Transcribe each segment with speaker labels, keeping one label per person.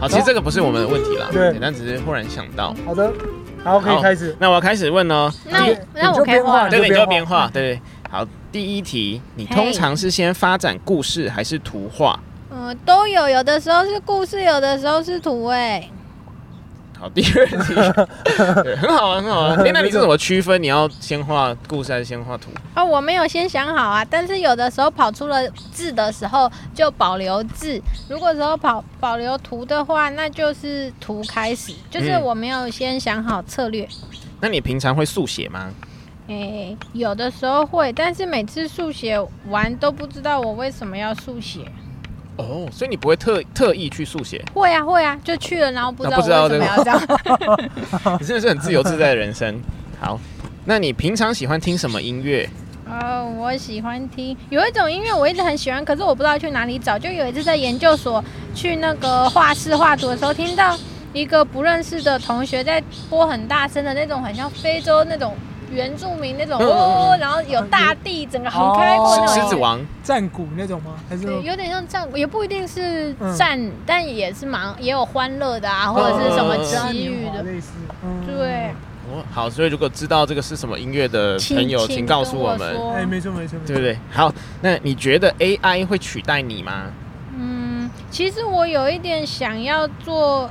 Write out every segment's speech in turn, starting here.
Speaker 1: 好，其实这个不是我们的问题啦，
Speaker 2: 对
Speaker 1: 简单只是忽然想到。
Speaker 2: 好的，好，可
Speaker 1: 好
Speaker 2: 以开始。
Speaker 1: 那我要开始问哦，
Speaker 3: 那
Speaker 2: 你就
Speaker 3: 我那
Speaker 2: 你
Speaker 3: 我
Speaker 2: 就
Speaker 3: 可以
Speaker 2: 边画
Speaker 3: 画
Speaker 2: 你
Speaker 3: 了
Speaker 1: 对，
Speaker 2: 就
Speaker 1: 对你就
Speaker 2: 编
Speaker 1: 变化，对对。好，第一题，你
Speaker 3: 嘿
Speaker 1: 通常是先发展故事还是图画？
Speaker 3: 嗯，都有，有的时候是故事，有的时候是图哎。
Speaker 1: 好，第二题，对，很好玩，很好玩。哎、那你是怎么区分你要先画故事还是先画图？
Speaker 3: 哦，我没有先想好啊，但是有的时候跑出了字的时候就保留字，如果时候跑保留图的话，那就是图开始，就是
Speaker 1: 嗯
Speaker 3: 我没有先想好策略。
Speaker 1: 那你平常会速写吗？
Speaker 3: 诶、有的时候会，但是每次速写完都不知道我为什么要速写。
Speaker 1: 哦，所以你不会特特意去速写，
Speaker 3: 会啊会啊，就去了，然后不知
Speaker 1: 那
Speaker 3: 道
Speaker 1: 不知道
Speaker 3: 我为什么要这样。
Speaker 1: 你真的是很自由自在的人生。好，那你平常喜欢听什么音乐？
Speaker 3: 哦，我喜欢听有一种音乐，我一直很喜欢，可是我不知道去哪里找。就有一次在研究所去那个画室画图的时候，听到一个不认识的同学在播很大声的那种，很像非洲那种原住民那种，
Speaker 1: 嗯嗯嗯
Speaker 3: 哦，然后有大地，整个横开过那
Speaker 2: 哦
Speaker 3: 种
Speaker 1: 狮
Speaker 3: 音
Speaker 1: 狮
Speaker 3: 乐。
Speaker 1: 子王。
Speaker 2: 战鼓那种吗？还是
Speaker 3: 对，有点像战，也不一定是
Speaker 2: 嗯
Speaker 3: 战，但也是蛮也有欢乐的啊，或者是什么
Speaker 1: 嗯嗯嗯嗯
Speaker 3: 奇遇的，
Speaker 2: 哦
Speaker 3: 嗯
Speaker 2: 类似？
Speaker 3: 对。
Speaker 1: 哦，好，所以如果知道这个是什么音乐的朋友，请告诉我们
Speaker 3: 跟，
Speaker 2: 哎，
Speaker 3: 说
Speaker 2: 没错没错
Speaker 1: 对
Speaker 2: 没错
Speaker 1: 不。对？好，那你觉得 AI 会取代你吗？
Speaker 3: 嗯，其实我有一点想要做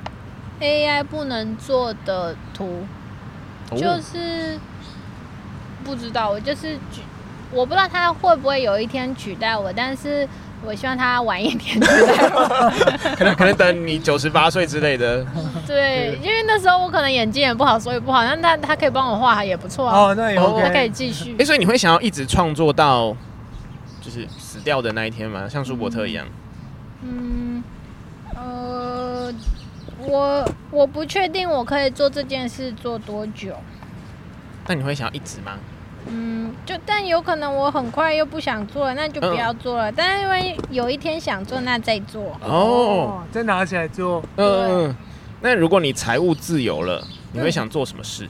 Speaker 3: AI 不能做的图，
Speaker 1: 哦
Speaker 3: 就是不知道，我就是举我不知道它会不会有一天取代我，但是我希望它晚一点取代我。
Speaker 1: 可能可能等你九十八岁之类的，
Speaker 3: 对，因为那时候我可能眼睛也不好，所以不好，但它它可以帮我画也不错啊，
Speaker 2: 哦，那也
Speaker 1: 哦
Speaker 3: 它可
Speaker 2: OK
Speaker 3: 以。继续
Speaker 1: 哎、。所以你会想要一直创作到就是死掉的那一天吗？像舒伯特一样？
Speaker 3: 嗯，呃，我我不确定我可以做这件事做多久。
Speaker 1: 那你会想要一直吗？
Speaker 3: 嗯，就但有可能我很快又不想做了，那
Speaker 1: 嗯
Speaker 3: 就不要做了。但是因为有一天想做，那再做。
Speaker 1: 哦，，
Speaker 2: 再拿起来做。
Speaker 1: 嗯、那如果你财务自由了，你会想做什么事？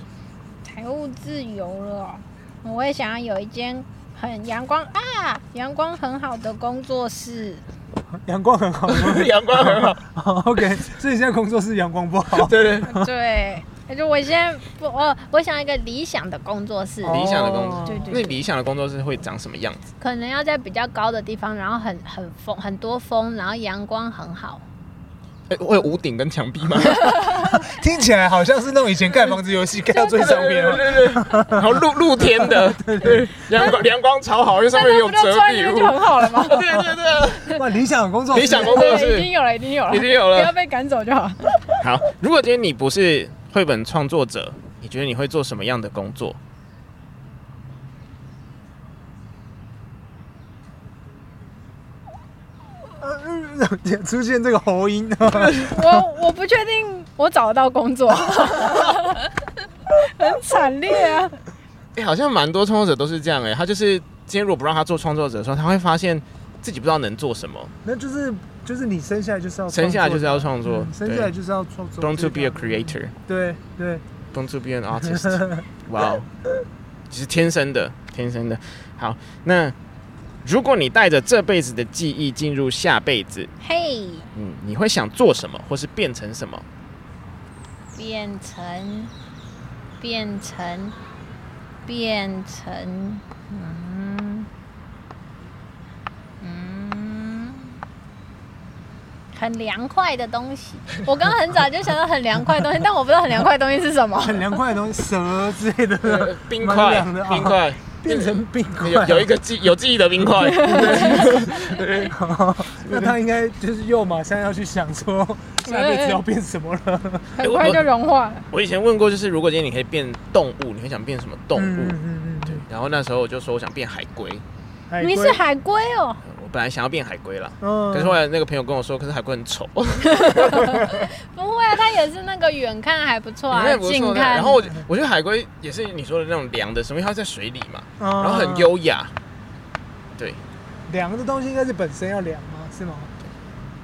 Speaker 3: 财务自由了，我会想要有一间很阳光啊，阳光很好的工作室。
Speaker 2: 阳光很 好吗
Speaker 1: 阳光很好，
Speaker 2: 好？OK，所以现在工作室阳光不 好。
Speaker 1: 对对，
Speaker 3: 对，就我现在不，我我想要一个理想的工作室，
Speaker 1: 理想的工作
Speaker 2: 哦
Speaker 3: 对对
Speaker 1: 那理想的工作是会长什么样子？
Speaker 3: 可能要在比较高的地方，然后很很风很多风，然后阳光很好。
Speaker 1: 哎、会有屋顶跟墙壁 吗？
Speaker 2: 听起来好像是那种以前盖房子游戏盖到最上面了。
Speaker 1: 对对，然后露露天的，对对，阳光阳光超好，因为上面
Speaker 3: 那
Speaker 1: 有
Speaker 3: 不就
Speaker 1: 遮
Speaker 3: 坐在
Speaker 1: 蔽
Speaker 3: 那边
Speaker 1: 物
Speaker 3: 就。很好了吗？
Speaker 1: 对对对，
Speaker 2: 哇， 理想工 作室，
Speaker 1: 理 想工作
Speaker 3: 已经
Speaker 1: 室
Speaker 3: 有了，已经有了，
Speaker 1: 已经有
Speaker 3: 不
Speaker 1: 了
Speaker 3: 要。被赶走就好。
Speaker 1: 好，如果今天你不是绘本创作者，你觉得你会做什么样的工作？
Speaker 2: 也出现这个喉音，
Speaker 3: 我我不确定我找得到工 作，很惨烈啊！
Speaker 1: 哎、好像蛮多创作者都是这样哎、他就是今天如果不让他做创作者的时候，他会发现自己不知道能做什么，
Speaker 2: 那就是就是你生下来就是要
Speaker 1: 生下来就是要
Speaker 2: 哦创
Speaker 1: 创作，
Speaker 2: 嗯生下来就是要创作。
Speaker 1: 对 born to be a creator,
Speaker 2: 对对，
Speaker 1: born to be an artist，哇哦，只是天生的，天生的。好，那如果你带着这辈子的记忆进入下辈子，
Speaker 3: 嘿，
Speaker 1: 嗯，你会想做什么，或是变成什么？
Speaker 3: 变成，变成，变成，嗯，嗯，很凉快的东西。我刚刚很早就想到很凉快的 东西，但我不知道很凉快的东西是什么。
Speaker 2: 很凉快的东西，蛇之类的，
Speaker 1: 冰
Speaker 2: 蛮
Speaker 1: 块
Speaker 2: 凉的，啊
Speaker 1: 冰块，
Speaker 2: 变成啊冰块。
Speaker 1: 有有一个记有记忆的冰块。
Speaker 2: 那他应该就是又马上要去想 说下辈子要变什么了。
Speaker 3: 很快就融化了。
Speaker 1: 我以前问过，就是如果今天你可以变动物，你会想变什么 动物？
Speaker 2: 嗯嗯，哎
Speaker 1: 然后那时候我就说我想变海龟，
Speaker 2: 海龟
Speaker 3: 你是海龟哦，
Speaker 1: 我本来想要变海龟啦，
Speaker 4: 嗯，
Speaker 1: 可是后来那个朋友跟我说，可是海龟很丑，
Speaker 3: 不会啊，它也是那个远看还不错啊
Speaker 1: 那 哎也，不错
Speaker 3: 近
Speaker 1: 的。
Speaker 3: 看
Speaker 1: 然后我我觉得海龟也是你说的那种凉的，什么，因为它在水里嘛，
Speaker 2: 嗯
Speaker 1: 然
Speaker 4: 然
Speaker 1: 后很优雅。对，
Speaker 4: 凉的东西应该是本身要凉吗？是吗？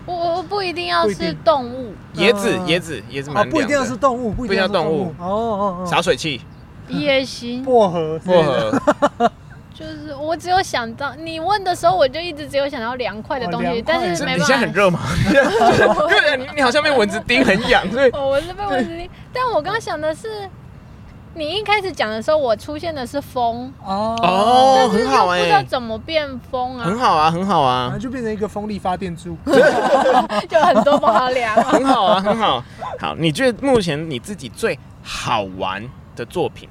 Speaker 3: 我我我不一定要
Speaker 4: 不一定
Speaker 3: 是动物，
Speaker 1: 椰子
Speaker 4: 嗯
Speaker 1: 椰子椰子
Speaker 2: 哦
Speaker 4: 啊，
Speaker 1: 蛮
Speaker 4: 不一
Speaker 1: 凉
Speaker 4: 定要是
Speaker 1: 的，
Speaker 4: 动物，不一定要是动
Speaker 1: 不一定要动物
Speaker 4: 哦哦哦，
Speaker 1: 洒水器、
Speaker 3: 也行。
Speaker 1: 嗯
Speaker 4: 薄荷
Speaker 2: 嗯
Speaker 4: 之类
Speaker 1: 薄
Speaker 4: 的，
Speaker 1: 荷，
Speaker 3: 就是我只有想到你问的时候，我就一直只有想到凉快的东
Speaker 4: 哦
Speaker 3: 西，
Speaker 4: 凉快
Speaker 3: 但
Speaker 1: 这
Speaker 3: 是没
Speaker 1: 你
Speaker 3: 办
Speaker 1: 现在
Speaker 3: 法
Speaker 1: 很。热吗？ 因为你你好像被蚊子叮，很痒，所以
Speaker 3: 哦，我是被蚊子叮，但我刚刚想的是，你一开始讲的时候，我出现的是风，
Speaker 4: 哦
Speaker 1: 哦
Speaker 3: 但是
Speaker 1: 很好
Speaker 3: 又不知
Speaker 1: 欸
Speaker 3: 道怎么变风
Speaker 1: 很
Speaker 3: 啊，
Speaker 1: 好啊，很好
Speaker 4: 然
Speaker 1: 啊
Speaker 4: 后，就变成一个风力发电 柱。
Speaker 3: 就很多不好 凉啊。
Speaker 1: 很好啊，很好。好，你觉得目前你自己最好玩的作品？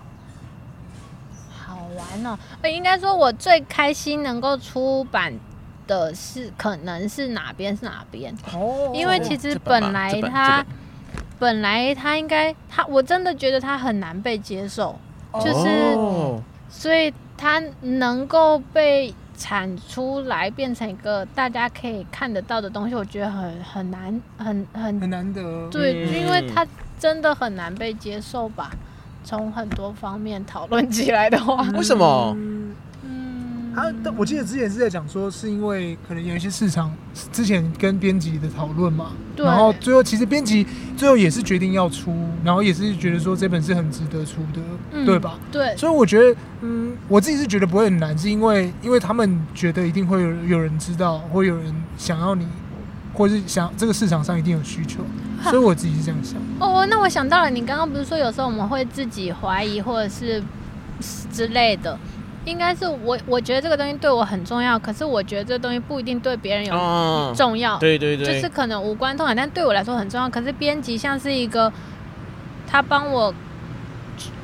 Speaker 3: 好玩哦！呃，应该说我最开心能够出版的是，可能是哪边是哪边，
Speaker 4: 哦
Speaker 3: 因为其实
Speaker 1: 这本吧
Speaker 3: 本来
Speaker 1: 这本
Speaker 3: 它
Speaker 1: 这
Speaker 3: 本来它应该它，我真的觉得它很难被接受，就是
Speaker 1: 哦
Speaker 3: 所以它能够被产出来变成一个大家可以看得到的东西，我觉得很很难，很很
Speaker 4: 很难得。
Speaker 3: 对，
Speaker 1: 嗯
Speaker 3: 因为它真的很难被接受吧。从很多方面讨论起来的话，
Speaker 1: 为什么？
Speaker 4: 嗯
Speaker 3: 嗯，
Speaker 4: 他，啊但我记得之前是在讲说，是因为可能有一些市场之前跟编辑的讨论嘛，
Speaker 3: 对
Speaker 4: 然后最后其实编辑最后也是决定要出，然后也是觉得说这本是很值得出的，
Speaker 3: 嗯
Speaker 4: 对吧？
Speaker 3: 对，
Speaker 4: 所以我觉得，嗯，我自己是觉得不会很难，是因为因为他们觉得一定会有有人知道，会有人想要你，或是想这个市场上一定有需 求，
Speaker 3: 嗯
Speaker 4: 所以我自己是这样想。
Speaker 3: 哦，那我想到了，你刚刚不是说有时候我们会自己怀疑或者是之类的，应该是我我觉得这个东西对我很重要，可是我觉得这东西不一定对别人有
Speaker 1: 哦，
Speaker 3: 重要，
Speaker 1: 对对
Speaker 3: 就
Speaker 1: 对，
Speaker 3: 是可能无关痛痒，但对我来说很重要。可是编辑像是一个，他帮我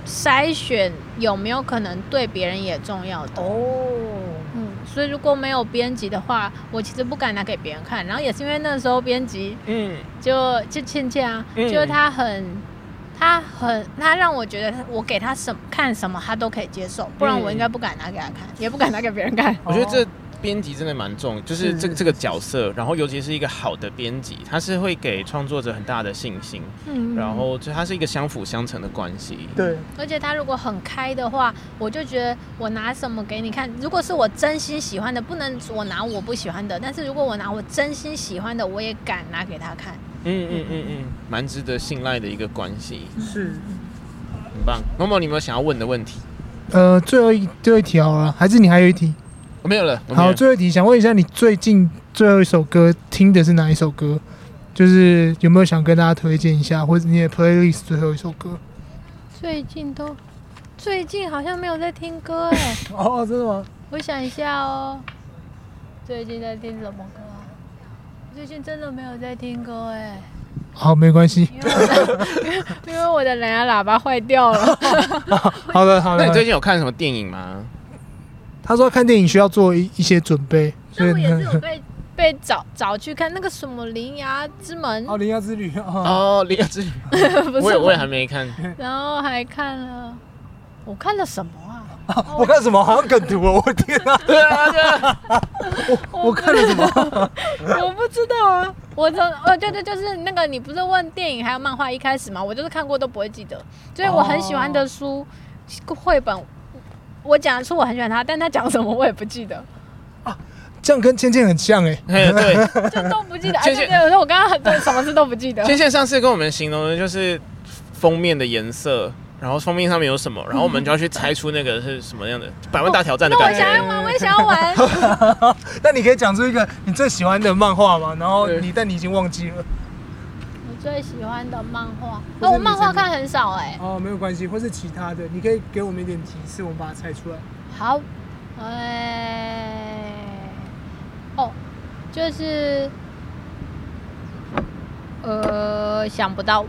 Speaker 3: 筛选有没有可能对别人也重要的。
Speaker 4: 哦，
Speaker 3: 嗯，所以如果没有编辑的话，我其实不敢拿给别人看。然后也是因为那时候编辑
Speaker 1: 嗯，
Speaker 3: 就就倩倩啊，
Speaker 1: 嗯
Speaker 3: 就是她很，她很，她让我觉得她我给她什么看什么她都可以接受，不然
Speaker 1: 嗯
Speaker 3: 我应该不敢拿给她看，也不敢拿给别人看。
Speaker 1: 我觉得这编辑真的蛮重，就是
Speaker 4: 是
Speaker 3: 嗯
Speaker 1: 这个这个角色，然后尤其是一个好的编辑，他是会给创作者很大的信心，
Speaker 3: 嗯，
Speaker 1: 然后就它是一个相辅相成的关系。
Speaker 4: 对，
Speaker 3: 而且她如果很开的话，我就觉得我拿什么给你看，如果是我真心喜欢的，不能我拿我不喜欢的，但是如果我拿我真心喜欢的，我也敢拿给她看。
Speaker 1: 嗯嗯嗯嗯，蛮值得信赖的一个关系，
Speaker 4: 是。
Speaker 1: 很棒。某某，你有没有想要问的问题？
Speaker 4: 呃，最后一最后一题好了，还是你还有一题？
Speaker 1: 我哦没有了。我没有
Speaker 4: 好，
Speaker 1: 了
Speaker 4: 最后一题想问一下，你最近最后一首歌听的是哪一首歌？就是有没有想跟大家推荐一下，或者你的 playlist 最后一首歌？
Speaker 3: 最近都，最近好像没有在听歌哎、
Speaker 4: 哦，真的吗？
Speaker 3: 我想一下哦，最近在听什么歌啊？最近真的没有在听歌 哎、
Speaker 4: 好，没关系。
Speaker 3: 因为我的因为我的蓝牙喇叭坏掉了。
Speaker 4: 好的，好
Speaker 1: 那
Speaker 4: 的
Speaker 1: 你。最近有看什么电影吗？
Speaker 4: 他说看电影需要做一一些准备，所
Speaker 3: 那我
Speaker 4: 以
Speaker 3: 也是有被被找找去看那个什么《铃芽之门》
Speaker 4: 哦，铃芽之旅哦，
Speaker 1: 哦，《灵之旅》
Speaker 3: 不
Speaker 1: 我
Speaker 3: 是
Speaker 1: 也我
Speaker 3: 我
Speaker 1: 也，还没看。
Speaker 3: 然后还看了，我看了什么啊？
Speaker 4: 我看什么？好像梗图哦！我天 啊，
Speaker 1: 对啊，对啊。
Speaker 4: 我看了什么？
Speaker 3: 我不 知道啊，我从哦对对，就是那个你不是问电影还有漫画一开始嘛，我就是看过都不会记得，所以我很喜欢
Speaker 4: 哦
Speaker 3: 的书、绘本，我讲得出我很喜欢它，但它讲什么我也不记得，
Speaker 4: 这样跟倩倩很像哎。
Speaker 1: 嘿对，
Speaker 3: 就都不 记得。而
Speaker 1: 谢谢
Speaker 3: 且对我说我刚刚很对什么事都不记得，
Speaker 1: 先线上次跟我们形容的就是封面的颜色，然后封面上面有什么，然后我们就要去猜出那个是什么样的百万大挑战的
Speaker 3: 那我
Speaker 1: 感
Speaker 3: 想要
Speaker 1: 觉。
Speaker 3: 玩，我也想要玩。
Speaker 4: 那你可以讲出一个你最喜欢的漫画吗？然后
Speaker 1: 对
Speaker 4: 哦你但你已经忘记了。
Speaker 3: 我最喜欢的漫画，
Speaker 4: 不是
Speaker 3: 哦，我
Speaker 4: 你
Speaker 3: 漫画
Speaker 4: 真的
Speaker 3: 看很少哎、
Speaker 4: 哦，没有关系，或是其他的，你可以给我们一点提示，我们把它猜出来。
Speaker 3: 好，哎、哦，就是，呃，想不到。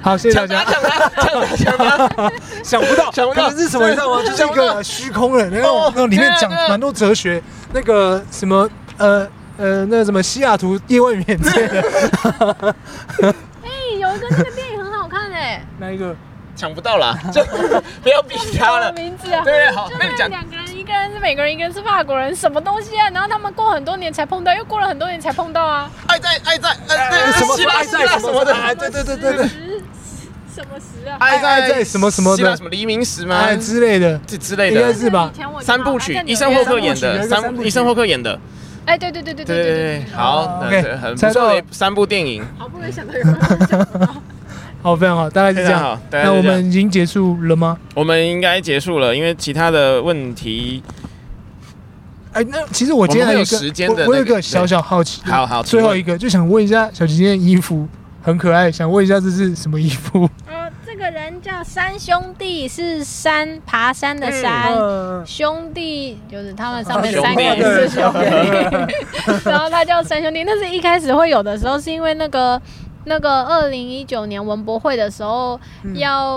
Speaker 4: 好，谢谢大家。
Speaker 1: 抢答，抢答，抢答！
Speaker 4: 想不到，
Speaker 1: 想不到
Speaker 4: 可能是什么，你知道吗？
Speaker 1: 对
Speaker 4: 就是一
Speaker 1: 想不到
Speaker 4: 个虚空人，那种
Speaker 1: 哦
Speaker 4: 那种里面讲
Speaker 1: 对啊对啊
Speaker 4: 蛮多哲学，那个什么呃呃，那个什么西雅图夜未眠 之类的，
Speaker 3: 哎、有一个那个电影很好看哎、
Speaker 4: 那一个
Speaker 1: 抢不到啦，就 不要逼
Speaker 3: 叫
Speaker 1: 他
Speaker 3: 什么
Speaker 1: 了。
Speaker 3: 名字啊？
Speaker 1: 对，好
Speaker 3: 就，
Speaker 1: 那
Speaker 3: 那
Speaker 1: 你讲
Speaker 3: 两个人一一个人是美国人，一个人是法国人，什么东西啊？然后他们过很多年才碰到，又过了很多年才碰到啊。
Speaker 1: 爱在爱在爱在
Speaker 4: 哎什么
Speaker 1: 希腊
Speaker 4: 爱
Speaker 1: 希
Speaker 4: 在
Speaker 1: 腊
Speaker 4: 什
Speaker 1: 什
Speaker 4: 么
Speaker 1: 么
Speaker 4: 的，
Speaker 1: 的，
Speaker 4: 哎，对对对对对，
Speaker 3: 时什么时啊？
Speaker 1: 爱
Speaker 4: 爱在什么什么的
Speaker 1: 哎希腊什么黎明时吗？
Speaker 4: 哎之类的，
Speaker 1: 这之类
Speaker 4: 应该
Speaker 1: 的
Speaker 4: 是吧
Speaker 3: 以前我
Speaker 1: 三部曲
Speaker 3: 看，
Speaker 1: 伊森霍克
Speaker 3: 纽约
Speaker 1: 演
Speaker 3: 的
Speaker 4: 有
Speaker 1: 的
Speaker 4: 一个三部
Speaker 1: 三部，
Speaker 4: 曲
Speaker 1: 伊森霍克演的，
Speaker 3: 哎，对对对
Speaker 1: 对
Speaker 3: 对
Speaker 1: 对
Speaker 3: 对对
Speaker 1: 对，
Speaker 3: 对，
Speaker 1: 对好，
Speaker 4: 哦
Speaker 1: 那
Speaker 4: OK，
Speaker 1: 这很不
Speaker 4: 猜到
Speaker 1: 错
Speaker 4: 了
Speaker 1: 的三部电影，
Speaker 3: 好不容易想到有人会想到。
Speaker 4: 好，非常好，大概是
Speaker 1: 非
Speaker 4: 这
Speaker 1: 常
Speaker 4: 样。
Speaker 1: 好。大
Speaker 4: 那
Speaker 1: 概就
Speaker 4: 我
Speaker 1: 这样
Speaker 4: 们已经结束了吗？
Speaker 1: 我们应该结束了，因为其他的问题，
Speaker 4: 哎，那其实我今天还有一个
Speaker 1: 我们会有时间的那个
Speaker 4: 我我有一个小小好奇，
Speaker 1: 好好，
Speaker 4: 最后
Speaker 1: 请
Speaker 4: 一个就想问一下小琪今天衣服很可爱，想问一下这是什么衣服？
Speaker 3: 哦，这个人叫三兄弟，是山爬山的山。
Speaker 4: 嗯
Speaker 3: 兄弟就是他们上面
Speaker 1: 啊
Speaker 3: 三个
Speaker 1: 兄弟
Speaker 3: 人是兄弟， 然后他叫三兄弟。那是一开始会有的时候，是因为那个那个二零一九年文博会的时候
Speaker 4: 嗯
Speaker 3: 要、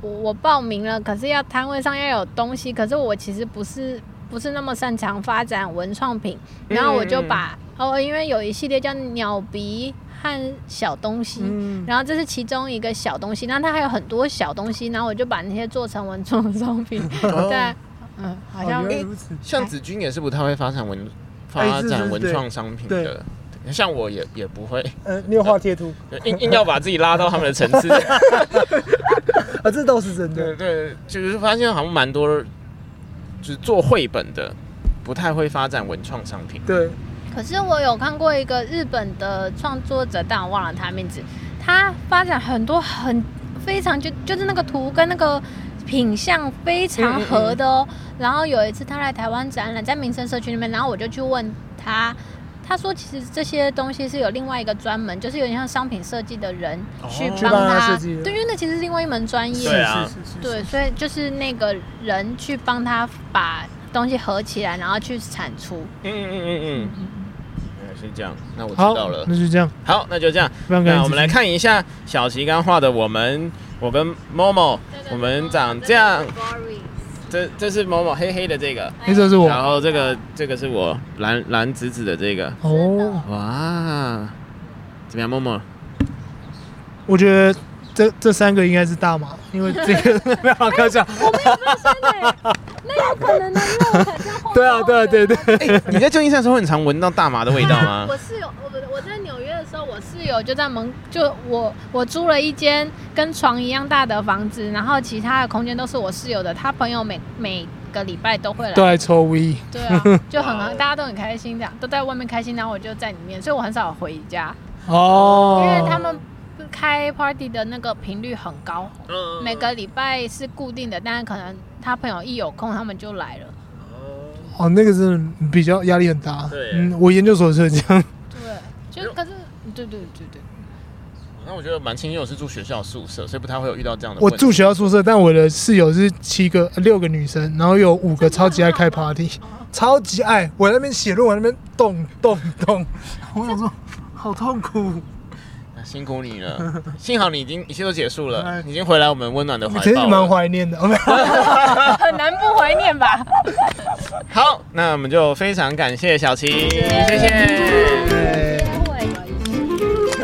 Speaker 3: 我我报名了，可是要摊位上要有东西，可是我其实不是不是那么擅长发展文创品，
Speaker 4: 嗯
Speaker 3: 然后我就把、哦，因为有一系列叫鸟鼻和小东西，
Speaker 4: 嗯
Speaker 3: 然后这是其中一个小东西，那它还有很多小东西，然后我就把那些做成文创 商品，
Speaker 1: 哦
Speaker 3: 对，嗯，好像
Speaker 4: 哦原来如此
Speaker 1: 像子君也是不太会发展文
Speaker 4: 哎
Speaker 1: 发
Speaker 4: 是是
Speaker 1: 展
Speaker 4: 是
Speaker 1: 文创商品
Speaker 4: 对
Speaker 1: 的，对像我也也不会，
Speaker 4: 呃，六画贴图
Speaker 1: 硬 硬要把自己拉到他们的层次。
Speaker 4: 啊，这倒是真
Speaker 1: 对。对，就是发现好像蛮多，就是做绘本的不太会发展文创商品。
Speaker 4: 对，
Speaker 3: 可是我有看过一个日本的创作者，但我忘了他名字。他发展很多很非常就就是那个图跟那个品相非常合的
Speaker 4: 嗯
Speaker 3: 哦。然后有一次他来台湾展览，在民生社区那边，然后我就去问他，他说其实这些东西是有另外一个专门，就是有点像商品设计的人
Speaker 1: 哦
Speaker 3: 去
Speaker 1: 去
Speaker 3: 帮
Speaker 4: 帮他
Speaker 3: 他，
Speaker 4: 设计的
Speaker 3: 对，因为那其实是另外一门专业。
Speaker 1: 对啊
Speaker 4: 是是是
Speaker 3: 对，所以就是那个人去帮他把东西合起来，然后去产出。
Speaker 1: 嗯嗯嗯嗯嗯，原来是这样，那我知
Speaker 4: 好
Speaker 1: 道，了。
Speaker 4: 那就这样，
Speaker 1: 好，那就这样。
Speaker 4: 非常感谢。
Speaker 1: 那我们来，看一下小齐刚画的我们，我跟 Momo，我们长这样。 这这是 Momo 黑黑的这个，
Speaker 4: 哎，这是
Speaker 1: 然
Speaker 4: 我
Speaker 1: 后这个这个是我蓝蓝紫紫的这个，
Speaker 4: 哦，
Speaker 1: 哇，怎么样，Momo？
Speaker 4: 我觉得这这三个应该是大码，因 为这个 没有开玩笑，
Speaker 3: 那有可能呢，因为我好像后
Speaker 4: 对啊，对啊，对对。
Speaker 1: 哎，你在旧金山的时候很常闻到大麻的味道 吗
Speaker 3: 我？室友，我我在纽约的时候，我室友就在门，就我我租了一间跟床一样大的房子，然后其他的空间都是我室友的，他朋友每每个礼拜都会来，
Speaker 4: 都来抽 V，
Speaker 3: 对啊，就很
Speaker 1: 哇哦
Speaker 3: 大家都很开心，这样都在外面开心，然后我就在里面，所以我很少回家，
Speaker 4: 哦，
Speaker 3: 因为他们开 party 的那个频率很高，
Speaker 1: 嗯
Speaker 3: 每个礼拜是固定的，但是可能他朋友一有空，他们就来了，
Speaker 4: 哦，那个是比较压力很大。
Speaker 1: 对
Speaker 4: 嗯，我研究所是 这样。
Speaker 3: 对，就可是对对对对。
Speaker 1: 那我觉得蛮庆幸我是住学校宿舍，所以不太会有遇到这样的
Speaker 4: 我
Speaker 1: 问题。
Speaker 4: 住学校宿舍，但我的室友是七个、呃六个女生，然后有五个超级爱开 party，超 级爱。我在那边写论文，那边动动动，我想说好痛苦。
Speaker 1: 那辛苦你了，幸好你已经一切都结束
Speaker 4: 哎
Speaker 1: 了，你已经回来我们温暖的怀
Speaker 4: 其实
Speaker 1: 抱
Speaker 4: 蛮
Speaker 1: 了。
Speaker 4: 怀念的。哦没有
Speaker 3: 很难不怀念吧？
Speaker 1: 好，那我们就非常感谢小齐，谢谢。
Speaker 4: 对
Speaker 3: 会。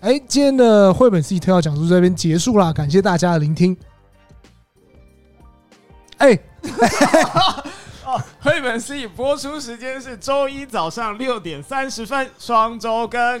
Speaker 4: 哎，今天的绘本 C 特邀讲述这边结束啦，感谢大家的聆听。哎，
Speaker 2: 绘本 C 播出时间是周一早上六点三十分，双周更，